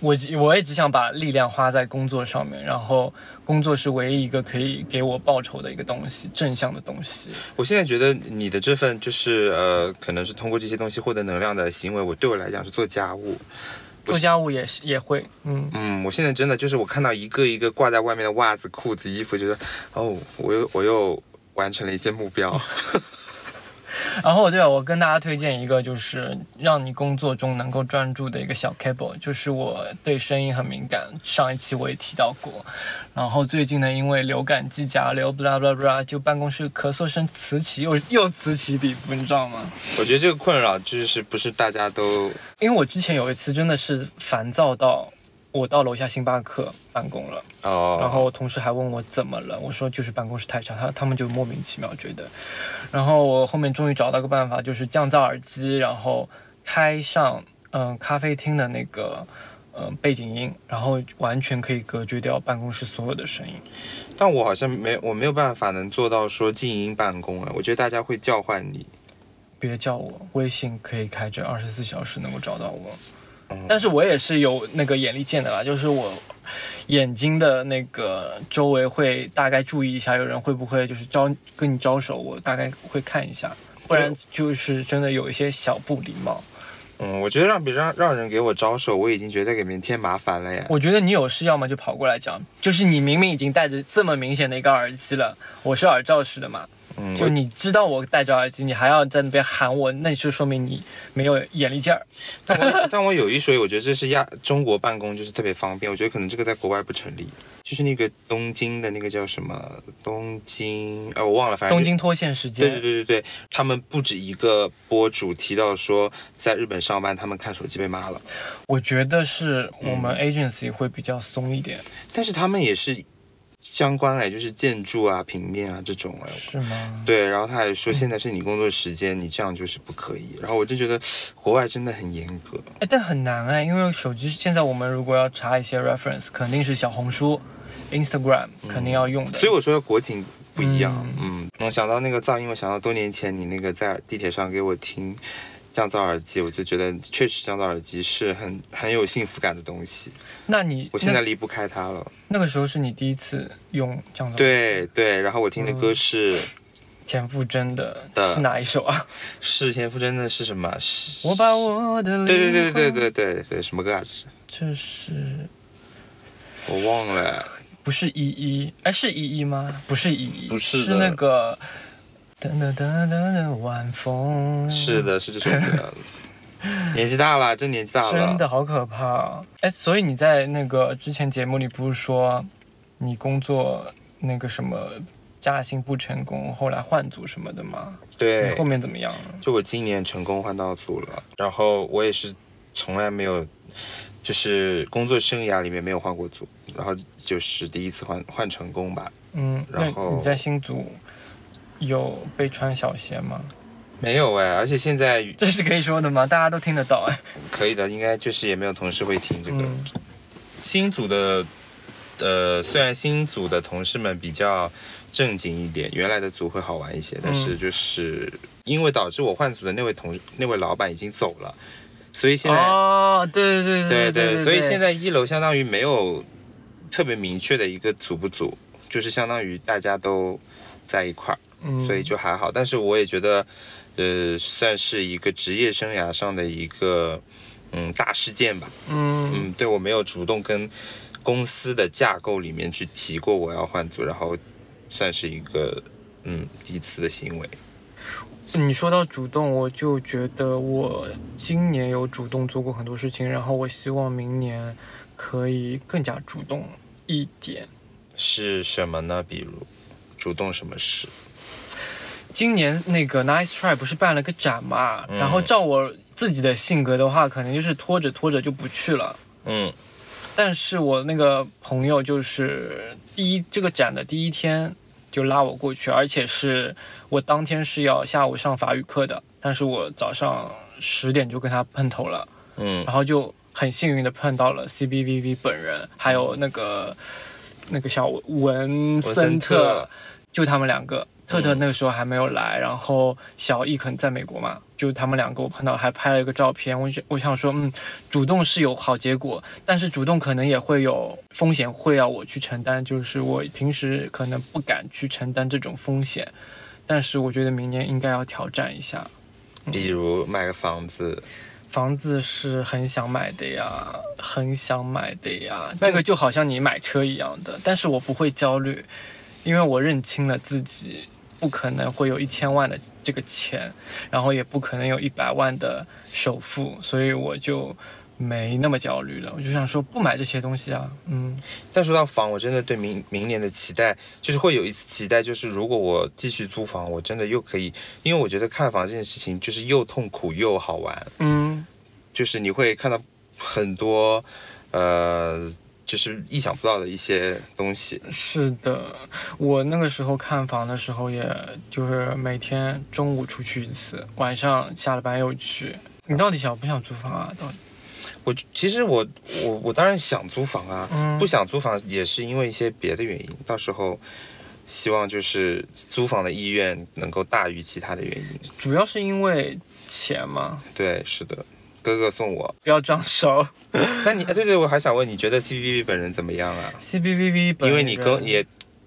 我，我也只想把力量花在工作上面，然后工作是唯一一个可以给我报酬的一个东西，正向的东西。我现在觉得你的这份就是呃，可能是通过这些东西获得能量的行为，我对我来讲是做家务。做家务也是也会，嗯，嗯，我现在真的就是我看到一个一个挂在外面的袜子、裤子、衣服，觉得哦，我又我又完成了一些目标。然后对了，我跟大家推荐一个，就是让你工作中能够专注的一个小 cable，就是我对声音很敏感，上一期我也提到过。然后最近呢，因为流感季甲流，blah blah blah，就办公室咳嗽声此起又又此起彼伏，你知道吗？我觉得这个困扰就是不是大家都因为我之前有一次真的是烦躁到我到楼下星巴克办公了，哦，然后同事还问我怎么了，我说就是办公室太吵，他他们就莫名其妙觉得。然后我后面终于找到个办法，就是降噪耳机，然后开上嗯、咖啡厅的那个嗯、呃背景音，然后完全可以隔绝掉办公室所有的声音。但我好像没我没有办法能做到说静音办公啊，我觉得大家会叫唤你。别叫我，微信可以开着，二十四小时能够找到我。嗯但是我也是有那个眼力见的啦，就是我眼睛的那个周围会大概注意一下，有人会不会就是招跟你招手，我大概会看一下，不然就是真的有一些小不礼貌。嗯，我觉得让别让让人给我招手，我已经觉得给别人添麻烦了耶。我觉得你有事，要么就跑过来讲，就是你明明已经戴着这么明显的一个耳机了，我是耳罩式的嘛，嗯，就我你知道我戴着耳机，你还要在那边喊我，那就说明你没有眼力劲儿。但我但我有一说一，我觉得这是亚中国办公就是特别方便，我觉得可能这个在国外不成立。就是那个东京的那个叫什么东京，啊，我忘了，反正东就京脱线时间，对对对对对，他们不止一个博主提到说，在日本上班他们看手机被骂了，我觉得是我们嗯 agency 会比较松一点，但是他们也是相关哎，就是建筑啊、平面啊这种哎。是吗？对，然后他还说现在是你工作时间，你这样就是不可以。然后我就觉得国外真的很严格，哎，但很难哎，因为手机现在我们如果要查一些 reference，肯定是小红书、Instagram 肯定要用的。嗯所以我说国情不一样。嗯，我想到那个噪音，我想到多年前你那个在地铁上给我听降噪耳机，我就觉得确实降噪耳机是很很有幸福感的东西，那你我现在离不开它了。那那个时候是你第一次用这样的对对，然后我听的歌是、嗯田馥甄的的是哪一首啊？是田馥甄的是什么？是我把嗯我的对对灵对对魂，对对对，什么歌啊？这是这是我忘了。不是依依？哎，是依依吗？不是依依，不是的是那个噔噔噔噔噔晚风，是的，是这首 歌。年纪大了，真年纪大了。真的好可怕啊！哎，所以你在那个之前节目里不是说你工作那个什么加薪不成功，后来换组什么的吗？对你后，面怎么样了？啊就我今年成功换到组了，然后我也是从来没有就是工作生涯里面没有换过组，然后就是第一次换换成功吧。嗯，那然后你在新组有被穿小鞋吗？ 没有哎，而且现在这是可以说的吗？大家都听得到哎。可以的，应该就是也没有同事会听这个。嗯新组的，呃，虽然新组的同事们比较正经一点，原来的组会好玩一些，但嗯是就是因为导致我换组的那位同事那位老板已经走了，所以现在、哦，对对对对对，所以现在一楼相当于没有特别明确的一个组不组，就是相当于大家都在一块儿。嗯所以就还好。但是我也觉得，呃，算是一个职业生涯上的一个嗯大事件吧。嗯嗯，对我没有主动跟公司的架构里面去提过我要换组，然后算是一个嗯第一次的行为。嗯你说到主动，我就觉得我今年有主动做过很多事情，然后我希望明年可以更加主动一点。是什么呢？比如主动什么事？今年那个 Nice Try 不是办了个展嘛，嗯然后照我自己的性格的话，可能就是拖着拖着就不去了。嗯但是我那个朋友就是第一这个展的第一天就拉我过去，而且是我当天是要下午上法语课的，但是我早上十点就跟他碰头了，嗯然后就很幸运的碰到了 CBVV 本人，还有那个那个小文森森特特，嗯就他们两个。特特那个时候还没有来，然后小易可能在美国嘛，就他们两个我碰到还拍了一个照片。我就我想说，嗯，主动是有好结果，但是主动可能也会有风险，会要我去承担，就是我平时可能不敢去承担这种风险。但是我觉得明年应该要挑战一下。比如买个房子，房子是很想买的呀，很想买的呀。这那你个就好像你买车一样的，但是我不会焦虑，因为我认清了自己不可能会有一千万的这个钱，然后也不可能有一百万的首付，所以我就没那么焦虑了。我就想说不买这些东西啊，嗯但说到房，我真的对明明年的期待，就是会有一次期待，就是如果我继续租房，我真的又可以，因为我觉得看房这件事情就是又痛苦又好玩，嗯就是你会看到很多，呃，就是意想不到的一些东西。是的，我那个时候看房的时候，也就是每天中午出去一次，晚上下了班又去。你到底想不想租房啊？到底？我其实我我我当然想租房啊，嗯不想租房也是因为一些别的原因，到时候。希望就是租房的意愿能够大于其他的原因。主要是因为钱嘛，对，是的，哥哥送我。不要装 熟。那你哎对对，我还想问，你觉得 C B B 本人怎么样啊？ CBVV 本人因为你跟也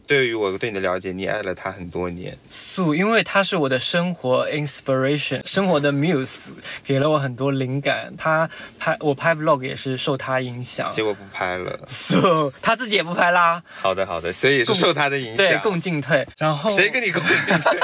对于我对你的了解，你爱了他很多年。素，因为他是我的生活 inspiration，生活的 muse，给了我很多灵感。他拍我拍 vlog 也是受他影响结果不拍了。 ，so 他自己也不拍啦，好的好的，所以也是共受他的影响。对，共进退。然后谁跟你共进退？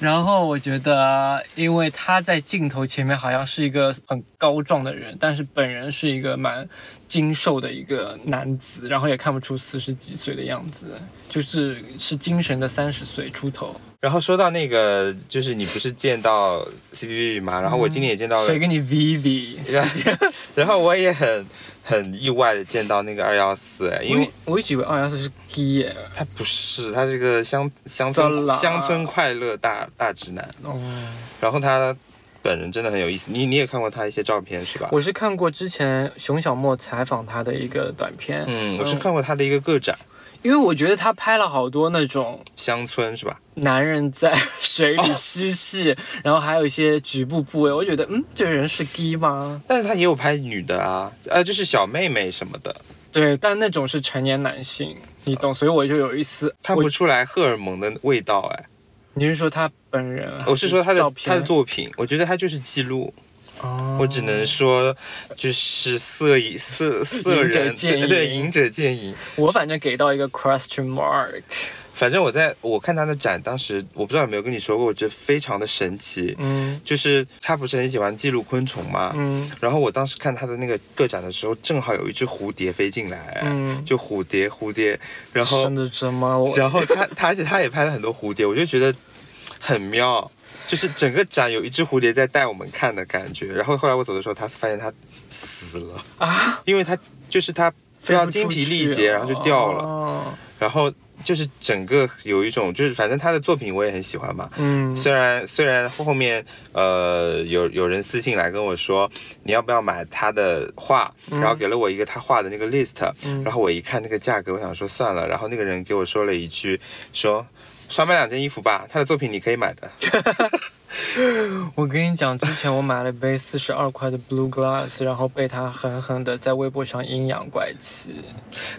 然后我觉得，因为他在镜头前面好像是一个很高壮的人，但是本人是一个蛮精瘦的一个男子，然后也看不出四十几岁的样子，就是是精神的三十岁出头。然后说到那个，就是你不是见到 C B B 吗？然后我今天也见到了，谁给你 Vivi？ 然后然后我也很很意外的见到那个二幺四，哎因因为为我一直以为二幺四是 gay 耶他不是，他是个乡乡色村狼乡村快乐大大直男。哦，然后他本人真的很有意思，你你也看过他一些照片是吧？我是看过之前熊小莫采访他的一个短片，嗯，我是看过他的一个个展，因为我觉得他拍了好多那种乡村是吧？男人在哦 水里嬉戏，然后还有一些局部部位，我觉得，嗯，这个人是 gay 吗？但是他也有拍女的啊，呃，就是小妹妹什么的，对，但那种是成年男性，你懂，所以我就有一丝，看哦不出来荷尔蒙的味道哎。你是说他本人？我是说他的照他片的作品，我觉得他就是记录，哦我只能说就是色一色色者人见对对淫赢者见淫。我反正给到一个 question mark，反正我在我看他的展，当时我不知道有没有跟你说过，我觉得非常的神奇，嗯就是他不是很喜欢记录昆虫嘛，嗯然后我当时看他的那个个展的时候，正好有一只蝴蝶飞进来，嗯，就蝴蝶蝴蝶，然后真的真吗？我然后他他而且他也拍了很多蝴蝶，我就觉得很妙。就是整个展有一只蝴蝶在带我们看的感觉。然后后来我走的时候，它发现它死了啊，因为它就是它非常精疲力竭，然后就掉了。了。然后就是整个有一种，就是反正他的作品我也很喜欢嘛。嗯，虽然虽然后面呃有有人私信来跟我说你要不要买他的画，然后给了我一个他画的那个 list，、嗯然后我一看那个价格，我想说算了，然后那个人给我说了一句说。少买两件衣服吧，他的作品你可以买的。 我跟你讲，之前我买了杯四十二块的 Blue Glass，然后被他狠狠的在微博上阴阳怪气。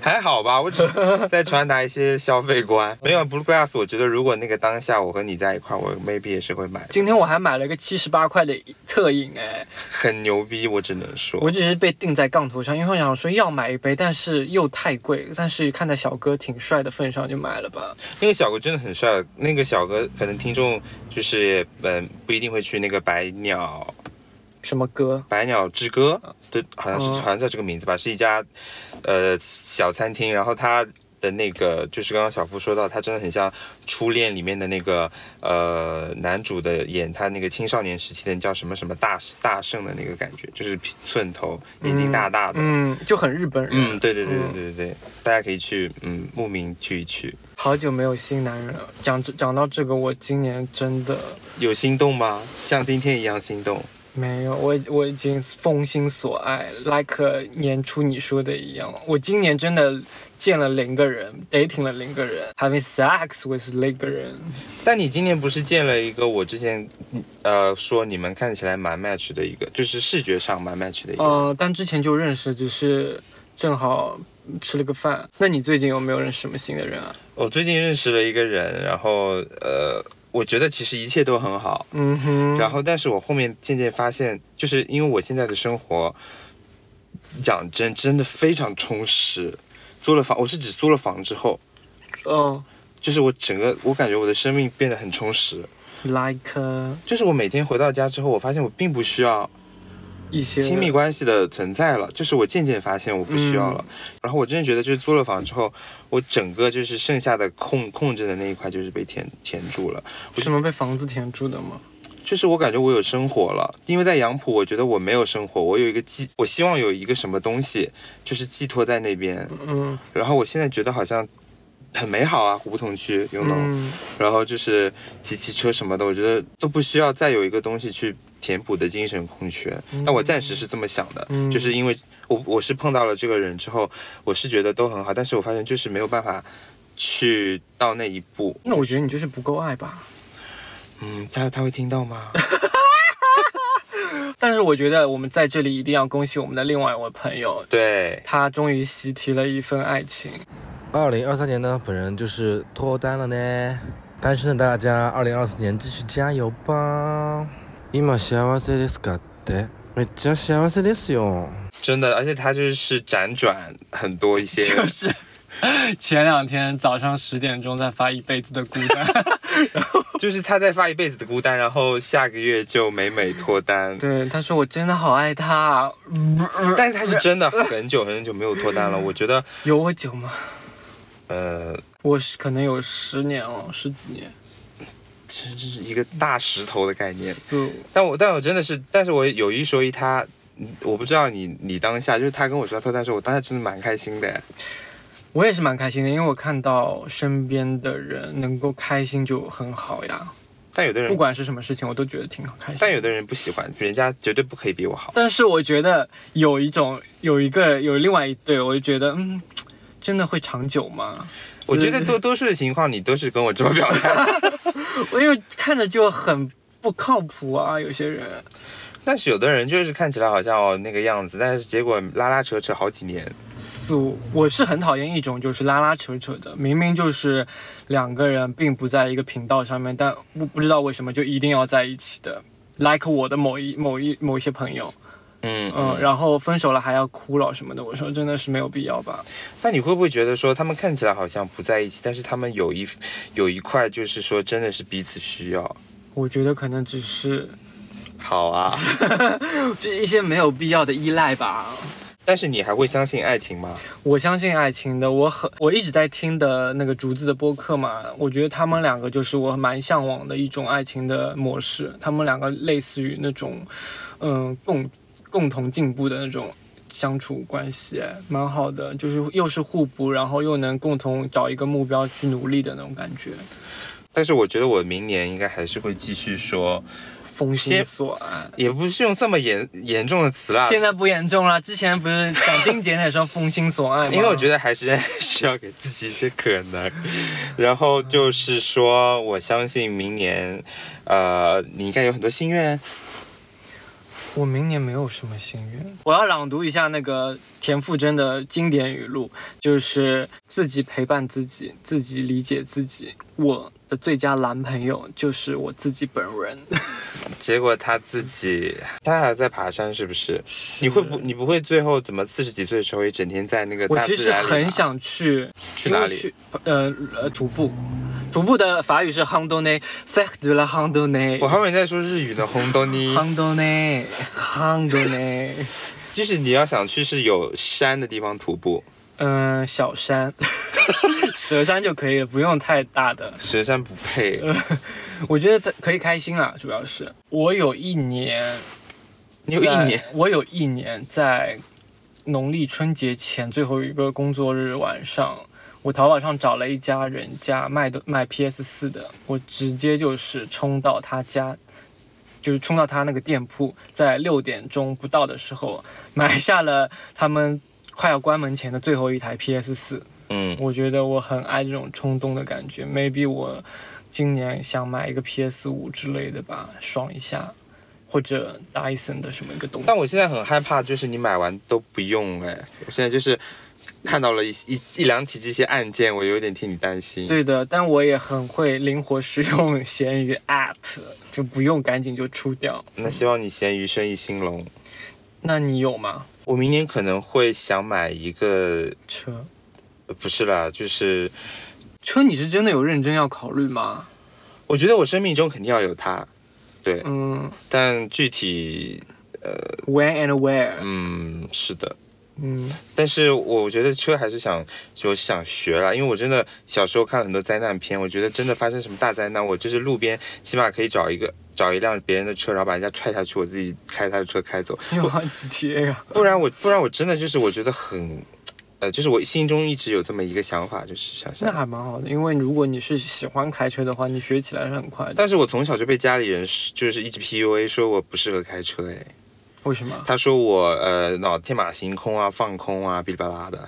还好吧，我只是在传达一些消费观。 没有 Blue Glass，我觉得如果那个当下我和你在一块儿，我 maybe 也是会买的，今天我还买了个七十八块的特饮，哎，很牛逼，我只能说。我只是被定在杠头上，因为我想说要买一杯，但是又太贵，但是看在小哥挺帅的份上就买了吧。那个小哥真的很帅，那个小哥可能听众就是嗯、不一定会去那个百鸟什么歌？百鸟之歌，对，好像是、嗯好像叫这个名字吧，是一家呃小餐厅，然后它的那个就是刚刚小付说到，他真的很像《初恋》里面的那个呃男主的演他那个青少年时期的叫什么什么大大圣的那个感觉，就是寸头，眼睛大大的。嗯嗯，就很日本人。对对对对嗯对对，大家可以去嗯慕名去一去，好久没有新男人了。讲讲到这个，我今年真的有心动吗？像今天一样心动？没有，我我已经封心所爱，like 年初你说的一样，我今年真的见了零个人，dating 了零个人，having sex with 零个人。但你今年不是见了一个我之前，呃，说你们看起来蛮 match 的一个，就是视觉上蛮 match 的一个。呃，但之前就认识，只是正好吃了个饭。那你最近有没有认识什么新的人啊？我最近认识了一个人，然后呃，我觉得其实一切都很好。嗯哼，然后，但是我后面渐渐发现，就是因为我现在的生活，讲真，真的非常充实。租了房，我是指租了房之后，哦就是啊我整个，我感觉我的生命变得很充实。 ，like 就是我每天回到家之后，我发现我并不需要一些亲密关系的存在了，就是我渐渐发现我不需要了。然后我真的觉得，就是租了房之后，我整个就是剩下的空空着的那一块就是被填填住了。为什么被房子填住的吗？就是我感觉我有生活了，因为在杨浦，我觉得我没有生活，我有一个寄，我希望有一个什么东西，就是寄托在那边。嗯然后我现在觉得好像很美好啊，胡同区，you know，、嗯，然后就是骑骑车什么的，我觉得都不需要再有一个东西去填补的精神空缺。那我暂时是这么想的，嗯就是因为我我是碰到了这个人之后，我是觉得都很好，但是我发现就是没有办法去到那一步。那我觉得你就是不够爱吧。嗯，他他会听到吗？但是我觉得我们在这里一定要恭喜我们的另外一位朋友， 对，他终于习题了一份爱情。二零二三年呢，本人就是脱单了呢。单身的大家，二零二四年继续加油吧。今幸せですかって、めっちゃ幸せですよ。真的，而且他就是辗转很多一 些。就是前两天早上十点钟在发一辈子的孤单， 就是他在发一辈子的孤单，然后下个月就美美脱单。对，他说我真的好爱他啊，但是他是真的很久很久没有脱单了，我觉得，有我久吗？呃，我是可能有十年了，十几年，这这是一个大石头的概念。就但我但我真的是，但是我有一说一，他，嗯我不知道你你当下就是他跟我说他脱单的时候，我当下真的蛮开心的。我也是蛮开心的，因为我看到身边的人能够开心就很好呀，但有的不人，管是什么事情，我都觉得挺开心。但有的人不喜欢，人家绝对不可以比我好。但是我觉得有一种有一个有另外一对，我就觉得嗯，真的会长久吗？我觉得多多数的情况，你都是跟我这么表达， 我因为看着就很不靠谱啊，有些人。但是有的人就是看起来好像哦那个样子，但是结果拉拉扯扯好几年。素，我是很讨厌一种就是拉拉扯扯的，明明就是两个人并不在一个频道上面，但我不知道为什么就一定要在一起的。like 我的某一某一某一些朋友，嗯嗯，然后分手了还要哭了什么的，我说真的是没有必要吧。那你会不会觉得说他们看起来好像不在一起，但是他们有一有一块就是说真的是彼此需要？我觉得可能只是好啊， 这一些没有必要的依赖吧。但是你还会相信爱情吗？我相信爱情的，我很我一直在听的那个竹子的播客嘛，我觉得他们两个就是我蛮向往的一种爱情的模式，他们两个类似于那种，嗯、共共同进步的那种。相处关系蛮好的，就是又是互补，然后又能共同找一个目标去努力的那种感觉，但是我觉得我明年应该还是会继续说，风心所爱。也不是用这么严严重的词啦，现在不严重了，之前不是讲丁姐那双风心所爱吗？因为我觉得还是 需要给自己一些可能。然后就是说，我相信明年，呃，你应该有很多心愿。我明年没有什么心愿。我要朗读一下那个田馥甄的经典语录，就是自己陪伴自己，自己理解自己。我的最佳男朋友就是我自己本人。结果他自己，他还在爬山，是不是？ 你会不？你不会最后怎么四十几岁的时候也整天在那个我大其自实然里很吗想去去哪里？去呃呃徒步。徒步的法语是 h a n d o n e f a i r de la h a n d o n e 我还以为你在说日语呢，红豆泥 h。a n d o n e h a n d o n e 即使你要想去是有山的地方徒步，嗯，小山， 蛇山就可以了，不用太大的。蛇山不配。呃我觉得可以开心啦，主要是我有一年，你有一在年，，我有一年在农历春节前最后一个工作日晚上，我淘宝上找了一家人家卖的卖 PS 四的，我直接就是冲到他家。就是冲到他那个店铺，在六点钟不到的时候买下了他们快要关门前的最后一台 PS 四，嗯，我觉得我很爱这种冲动的感觉。Maybe 我今年想买一个 PS 五之类的吧，爽一下，或者 Dyson 的什么一个东西但。我现在很害怕，就是你买完都不用哎，我现在就是看到了一一一两起这些案件，我有点替你担心。对的，但我也很会灵活使用闲鱼 App，就不用赶紧就出掉。那希望你闲鱼生意兴隆。那你有吗？我明年可能会想买一个，车呃不是啦，就是车，你是真的有认真要考虑吗？我觉得我生命中肯定要有它，对，嗯但具体， ，When and where？嗯，是的。嗯，但是我觉得车还是想就想学了，因为我真的小时候看很多灾难片，我觉得真的发生什么大灾难，我就是路边起码可以找一个找一辆别人的车，然后把人家踹下去，我自己开他的车开走，你有玩 GTA 啊？ 不然我不然我真的就是我觉得很，呃，就是我心中一直有这么一个想法，就是想那想。还蛮好的，因为如果你是喜欢开车的话，你学起来是很快的。但是我从小就被家里人是就是一直 PUA 说我不适合开车，哎，为什么？他说我呃脑天马行空啊，放空啊，哔哩吧啦的。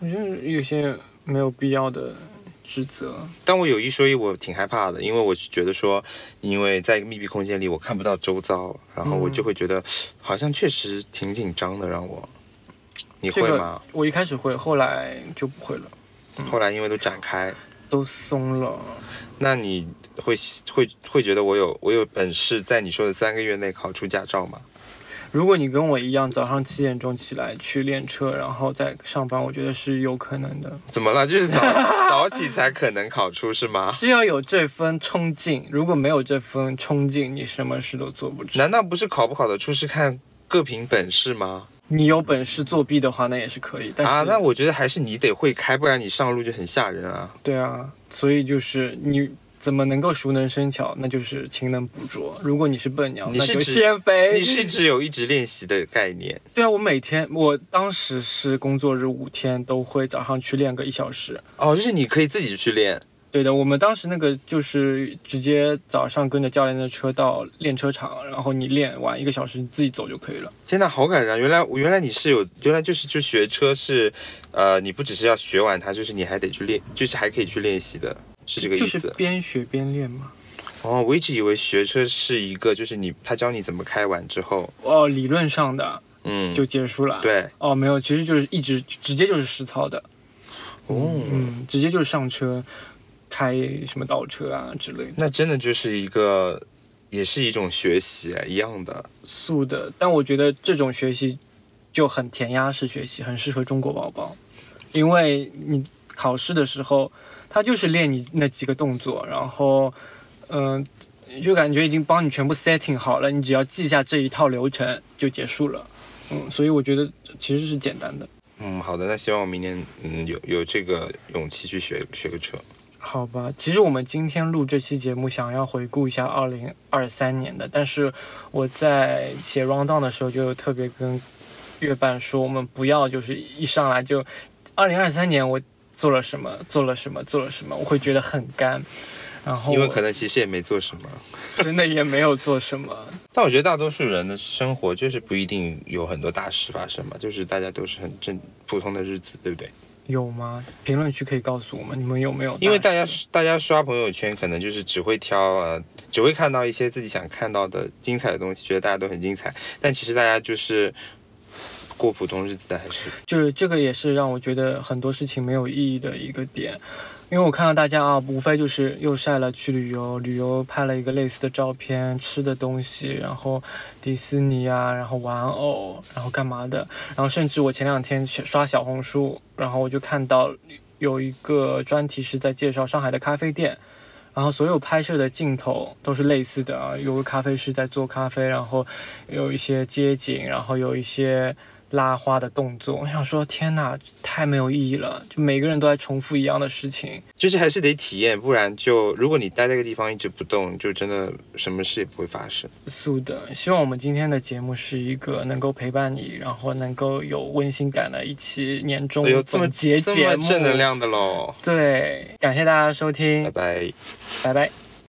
我觉得有些没有必要的指责。但我有一说一，我挺害怕的，因为我是觉得说，因为在一个密闭空间里，我看不到周遭，然后我嗯就会觉得，好像确实挺紧张的，让我。你这会个嗯吗？我一开始会，后来就不会了，后来因为都展开，都松了。那你会会会觉得我有我有本事在你说的三个月内考出驾照吗？如果你跟我一样早上七点钟起来去练车，然后再上班，我觉得是有可能的，怎么了？就 是早早起才可能考出是吗？是要有这份冲劲。如果没有这份冲劲，你什么事都做不成。难道不是考不考得出是看各凭本事吗？你有本事作弊的话，那也是可以。但是啊，那我觉得还是你得会开，不然你上路就很吓人啊。对啊，所以就是你。怎么能够熟能生巧？那就是勤能补拙。如果你是笨鸟，你那是哎就指先飞。你是只有一直练习的概念。对啊，我每天，我当时是工作日五天都会早上去练个一小时。哦，就是你可以自己去练，对的，我们当时那个就是直接早上跟着教练的车到练车场，然后你练完一个小时，你自己走就可以了。天呐，好感人啊！原来原来你是有，原来就是就学车是，呃，你不只是要学完它，就是你还得去练，就是还可以去练习的，是这个意就是思。边学边练嘛。哦，我一直以为学车是一个，就是你他教你怎么开完之后，哦，理论上的嗯，就结束了。。对，哦，没有，其实就是一直直接就是实操的，哦，嗯，直接就是上车，开什么倒车啊之类的。那真的就是一个，也是一种学习啊一样的。素的，但我觉得这种学习就很填鸭式学习，很适合中国宝宝，因为你考试的时候，他就是练你那几个动作，然后，嗯、就感觉已经帮你全部 setting 好了，你只要记下这一套流程就结束了。嗯，所以我觉得其实是简单的。嗯，好的，那希望我明年嗯有有这个勇气去学学个车。好吧，其实我们今天录这期节目，想要回顾一下2023年的，但是我在写 round down 的时候，就特别跟月半说，我们不要就是一上来就2023年我做了什么，做了什么，做了什么，我会觉得很干。然后因为可能其实也没做什么，真的也没有做什么，但我觉得大多数人的生活就是不一定有很多大事发生嘛，就是大家都是很正普通的日子，对不对？有吗？评论区可以告诉我们，你们有没有？因为大家大家刷朋友圈，可能就是只会挑呃，只会看到一些自己想看到的精彩的东西，觉得大家都很精彩，但其实大家就是过普通日子的，还是就是这个也是让我觉得很多事情没有意义的一个点，因为我看到大家啊，无非就是又晒了去旅游，旅游拍了一个类似的照片，吃的东西，然后迪士尼啊，然后玩偶，然后干嘛的，然后甚至我前两天去刷小红书，然后我就看到有一个专题是在介绍上海的咖啡店。然后所有拍摄的镜头都是类似的啊，有个咖啡师在做咖啡，然后有一些街景，然后有一些拉花的动作。我想说，天哪，太没有意义了！就每个人都在重复一样的事情。就是还是得体验，不然就如果你待在一个地方一直不动，就真的什么事也不会发生。素的，希望我们今天的节目是一个能够陪伴你，然后能够有温馨感的一期年终哎呦，这么总结这节么目。正能量的喽，对，感谢大家收拜听，拜。拜拜。